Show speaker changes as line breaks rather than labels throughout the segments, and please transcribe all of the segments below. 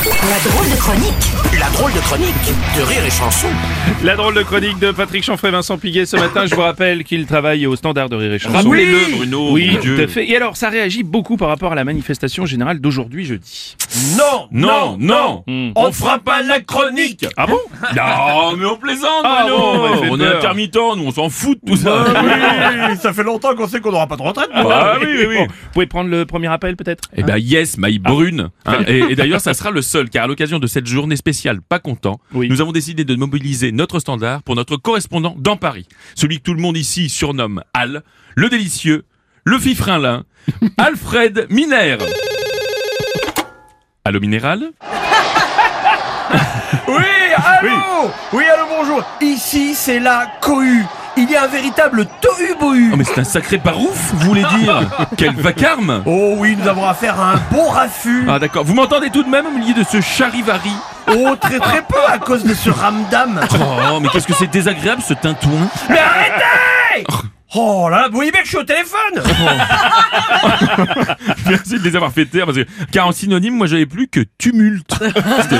La drôle de chronique. La drôle de chronique de Rire et Chanson.
La drôle de chronique de Patrick Chanfray, Vincent Piguet ce matin. Je vous rappelle qu'il travaille au standard de Rire et Chanson.
Rappelez-le, Bruno.
Oui,
mon
tout
Dieu.
à fait. Et alors, ça réagit beaucoup par rapport à la manifestation générale d'aujourd'hui jeudi.
Non, non, non. On fera pas la chronique.
Hmm. Ah bon
Non, mais on plaisante,
Ah
Bruno.
bon, bah, il fait
on est
peur.
intermittents, nous on s'en fout de tout ça.
Ah Oui, ça fait longtemps qu'on sait qu'on n'aura pas de retraite. moi.
Bah Ah oui, oui, oui.
Ah Bon, vous pouvez prendre le premier appel peut-être Hein Ah.
Eh ben yes, my brune. hein. et et d'ailleurs, ça sera le seul, car à l'occasion de cette journée spéciale, pas content,
Oui.
nous avons décidé de mobiliser notre standard pour notre correspondant dans Paris, celui que tout le monde ici surnomme Al, le délicieux, le fifrinlin, Alfred Miner. Allô minéral
Oui, allô oui. allô, bonjour. Ici, c'est la cohue. Il y a un véritable tohu-bohu.
Oh mais c'est un sacré parouf, vous voulez dire Quel vacarme
Oh oui, nous avons affaire à un bon raffut.
Ah d'accord, vous m'entendez tout de même au milieu de ce charivari
Oh, très très peu à cause de ce ramdam.
Oh mais qu'est-ce que c'est désagréable ce tintouin
Mais arrêtez Oh là là, vous voyez bien que je suis au téléphone
Merci de les avoir fait taire, parce que, car en synonyme, moi j'avais plus que tumulte.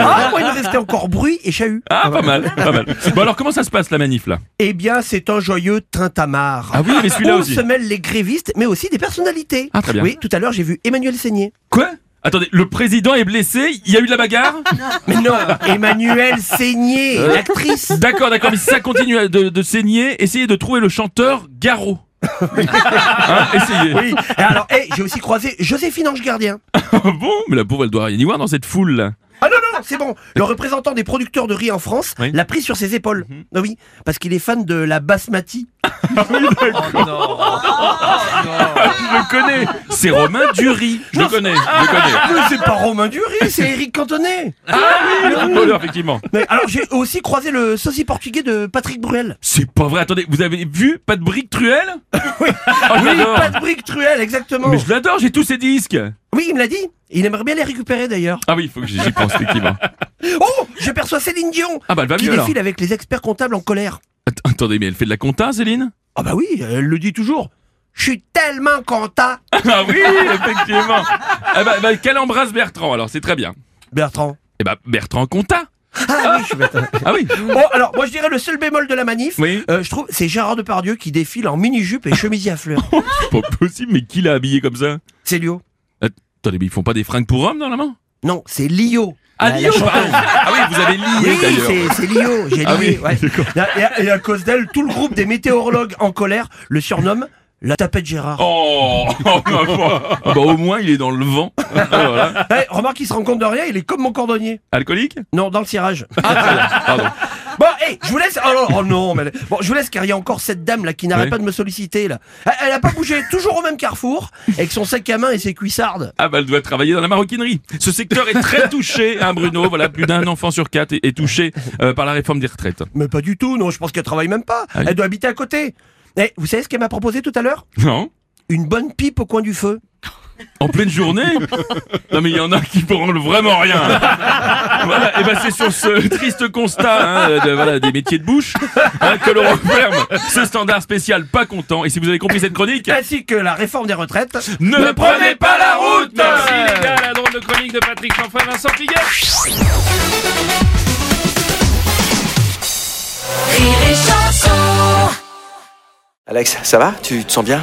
Ah, moi, il me restait encore bruit et chahut.
Ah, pas mal, pas mal. Bon, alors, comment ça se passe, la manif, là
Eh bien, c'est un joyeux tintamarre.
Ah oui, mais celui-là
Où
aussi.
se mêlent les grévistes, mais aussi des personnalités.
Ah, très bien.
Oui, tout à l'heure, j'ai vu Emmanuel Seigné.
Quoi Attendez, le président est blessé Il y a eu de la bagarre
Mais non, Emmanuel Seigné,
Euh.
l'actrice.
D'accord, d'accord, mais si ça continue à- de, de saigner, essayez de trouver le chanteur Garot. Hein, essayez.
Oui. Et alors, hey, j'ai aussi croisé Joséphine Ange Gardien.
bon, mais la pauvre, elle doit rien y voir dans cette foule, là.
Ah non, non, c'est bon. Le représentant des producteurs de riz en France
Oui. Mhm.
l'a pris sur ses épaules. Ah oui, parce qu'il est fan de la basmati.
Je connais C'est Romain Dury. Je le connais, je le connais.
Mais c'est pas Romain du riz, c'est Eric Cantonnet.
Ah Footballeur, effectivement.
Mais alors, j'ai aussi croisé le saucier portugais de Patrick Bruel.
C'est pas vrai, attendez, vous avez vu Pas de briques truelles Oh, je
Oui,
l'adore.
Patrick Truel, exactement.
Mais je l'adore, j'ai tous ses disques
Oui, il me l'a dit. Il aimerait bien les récupérer d'ailleurs.
Ah oui, il faut que j'y pense, effectivement.
Oh, je perçois Céline Dion
Ah bah, elle va
qui
mieux, alors.
défile avec les experts comptables en colère.
Att- Attendez, mais elle fait de la compta, Céline
Ah bah oui, elle le dit toujours. Je suis tellement content,
Ah oui, effectivement. Ah bah, bah, qu'elle embrasse Bertrand, alors c'est très bien.
Bertrand.
Eh bah, Bertrand Conta.
Ah oui, je suis bête.
Ah oui.
Bon, alors, moi, je dirais le seul bémol de la manif.
Oui.
euh, je trouve, c'est Gérard Depardieu qui défile en mini-jupe et chemisier à fleurs.
C'est pas possible, mais qui l'a habillé comme ça
C'est Lio.
Attendez, mais ils font pas des fringues pour hommes normalement
Non, c'est Lio.
Ah,
La-
Lio,
la
pardon.
chanteuse.
Ah oui, vous avez lié
Oui,
d'ailleurs.
c'est- c'est Lio, j'ai
Ah
lié,
oui,
ouais. Et à- Et à cause d'elle, tout le groupe des météorologues en colère le surnomme la tapette Gérard.
Oh, oh, ma foi. Ah bah, au moins il est dans le vent. Ah, voilà.
Eh, remarque, il se rend compte de rien, il est comme mon cordonnier.
Alcoolique
Non, dans le cirage.
Ah, très bien. Pardon.
Bon, hey, je vous laisse. Oh, non, oh non, mais bon, je vous laisse car il y a encore cette dame là qui n'arrête
Ouais.
pas de me solliciter là. Elle, elle a pas bougé, toujours au même carrefour, avec son sac à main et ses cuissardes.
Ah bah elle doit travailler dans la maroquinerie. Ce secteur est très touché, hein Bruno. Voilà, plus d'un enfant sur quatre est, est touché euh, par la réforme des retraites.
Mais pas du tout, non, je pense qu'elle travaille même pas.
Ah oui.
Elle doit habiter à côté. Eh, vous savez ce qu'elle m'a proposé tout à l'heure
Non
Une bonne pipe au coin du feu.
En pleine journée Non mais il y en a qui pourront le- vraiment rien. Voilà, et ben c'est sur ce triste constat hein, de, voilà, des métiers de bouche hein, que l'on referme ce standard spécial pas content. Et si vous avez compris cette chronique,
Ainsi que la réforme des retraites.
ne, prenez pas la route
Merci les gars, la drôle de chronique de Patrick Chanfray, Vincent Piguet
Alex, ça va Tu te sens bien